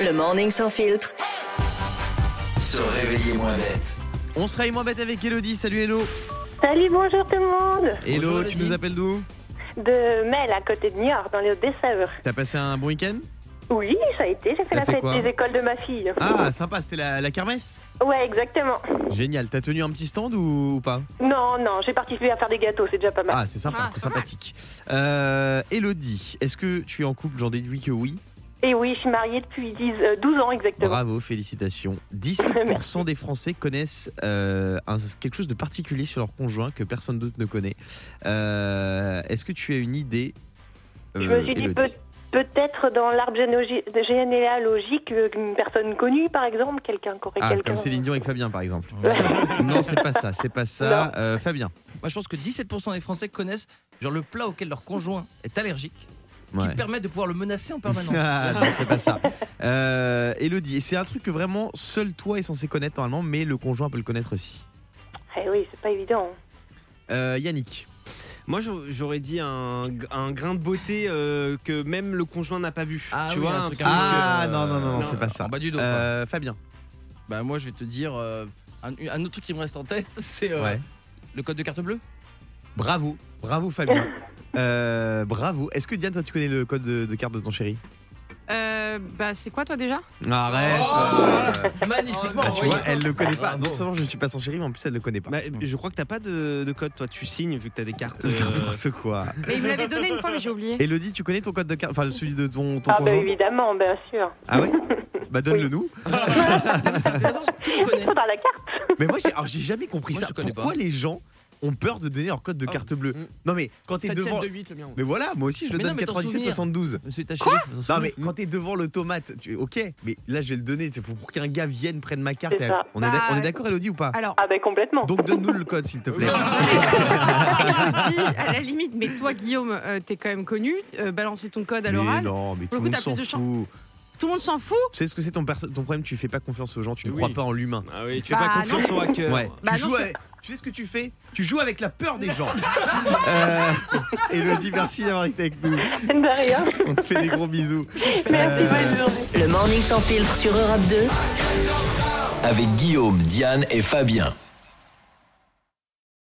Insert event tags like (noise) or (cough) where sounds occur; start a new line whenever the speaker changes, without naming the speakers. Le morning sans filtre.
Se réveiller moins bête.
On sera moins bête avec Elodie. Salut Hello.
Salut, bonjour tout le monde.
Hello,
Bonjour,
tu
Elodie.
nous appelles d'où
De Mel, à côté de Niort, dans les Hauts-des-Savoirs.
T'as passé un bon week-end
Oui, ça a été, j'ai fait
T'as
la
fait
fête
quoi
des écoles de ma fille.
Ah, sympa, c'était la, la kermesse
Ouais, exactement.
Génial. T'as tenu un petit stand ou, ou pas
Non, non, j'ai participé à faire des gâteaux, c'est déjà pas mal.
Ah, c'est sympa,
Ah,
c'est
pas mal.
sympathique. Euh, Elodie, est-ce que tu es en couple J'en déduis que oui.
Et oui, je suis mariée depuis 10, euh, 12 ans exactement.
Ah. Bravo, félicitations. 17% des Français connaissent euh, un- quelque chose de particulier sur leur conjoint que personne d'autre ne connaît. Euh, est-ce que tu as une idée
je
euh,
me suis dit
Elodie
peut- peut-être dans l'arbre généalogi- généalogique, euh, une personne connue par exemple, quelqu'un qui aurait
Ah,
quelqu'un.
comme Céline Dion avec Fabien, par exemple.
Ouais.
non, c'est pas ça, c'est pas ça. Euh, Fabien.
Moi, je pense que 17% des Français connaissent genre le plat auquel leur conjoint est allergique,
Ouais.
qui permet de pouvoir le menacer en permanence.
(laughs) Ah, non, c'est pas ça. Euh, Elodie, et c'est un truc que vraiment seul toi est censé connaître normalement, mais le conjoint peut le connaître aussi.
Eh oui, c'est pas évident.
Euh, Yannick,
Moi, j'au- j'aurais dit un, un grain de beauté euh, que même le conjoint n'a pas vu.
Ah
tu
oui,
vois,
un euh, truc
un Ah,
que-
non, non, non, non,
non,
c'est pas ça.
en bas du dos, quoi.
Euh, Fabien,
Bah moi je vais te dire euh, un, un autre truc qui me reste en tête, (laughs) c'est euh,
Ouais.
le code de carte bleue.
bravo, bravo Fabien. Euh, bravo. Est-ce que Diane, toi, tu connais le code de, de carte de ton chéri
Euh, bah, c'est quoi toi déjà
Arrête. euh,
Oh
bah,
Magnifiquement.
tu
envoyé.
vois, elle le connaît pas.
Bravo.
Non seulement je ne suis pas son chéri, mais en plus elle le connaît pas. (laughs)
Bah, je crois que t'as pas de, de code, toi. Tu signes vu que t'as des cartes. euh,
N'importe quoi.
Mais il me l'avait donné une fois, mais j'ai oublié.
Elodie, tu connais ton code de carte, enfin celui de ton, ton
ah bah
conjoint
évidemment, bien sûr.
Ah ouais Bah donne-le nous.
C'est intéressant, parce que tout le
(laughs)
connaît.
Faut Dans la carte.
Mais moi, j'ai, alors, j'ai jamais compris
Moi,
ça.
je connais
Pourquoi
pas.
les gens ont peur de donner leur code de
Ah.
carte bleue
Mm.
Non, mais quand t'es
7, 7,
devant.
2, 8, le mien.
Mais voilà, moi aussi, je le
Mais non,
donne
mais t'en
97
souvenir.
72.
Monsieur Tachelet, vous en
Non,
souvenez
mais quand t'es devant le tomate, tu... ok, mais là, je vais le donner. C'est faut pour qu'un gars vienne, prenne ma carte.
C'est
et-
ça.
On, est d'a-
Bah,
on est d'accord, Elodie, ou pas
Alors,
Ah bah complètement.
Donc,
(laughs)
donne-nous le code, s'il te plaît.
dis à la limite, mais toi, Guillaume, euh, t'es quand même connu, euh, balancer ton code à
mais
l'oral.
non, mais tout le
coup,
monde
t'as plus
s'en
de chance.
fout.
Tout le monde s'en fout.
Tu sais ce que c'est ton, perso- ton problème Tu fais pas confiance aux gens, tu ne
Oui.
crois pas en l'humain.
Ah oui, tu fais
Bah,
pas confiance au
Euh,
hacker.
Ouais.
Bah
tu,
non,
joues
c'est-
avec- tu sais ce que tu fais Tu joues avec la peur des
(laughs)
gens. euh, Elodie, merci d'avoir été avec nous.
De rien.
On te fait des gros bisous.
Merci,
Euh,
bonne journée.
Le morning sans filtre sur Europe 2.
avec Guillaume, Diane et Fabien.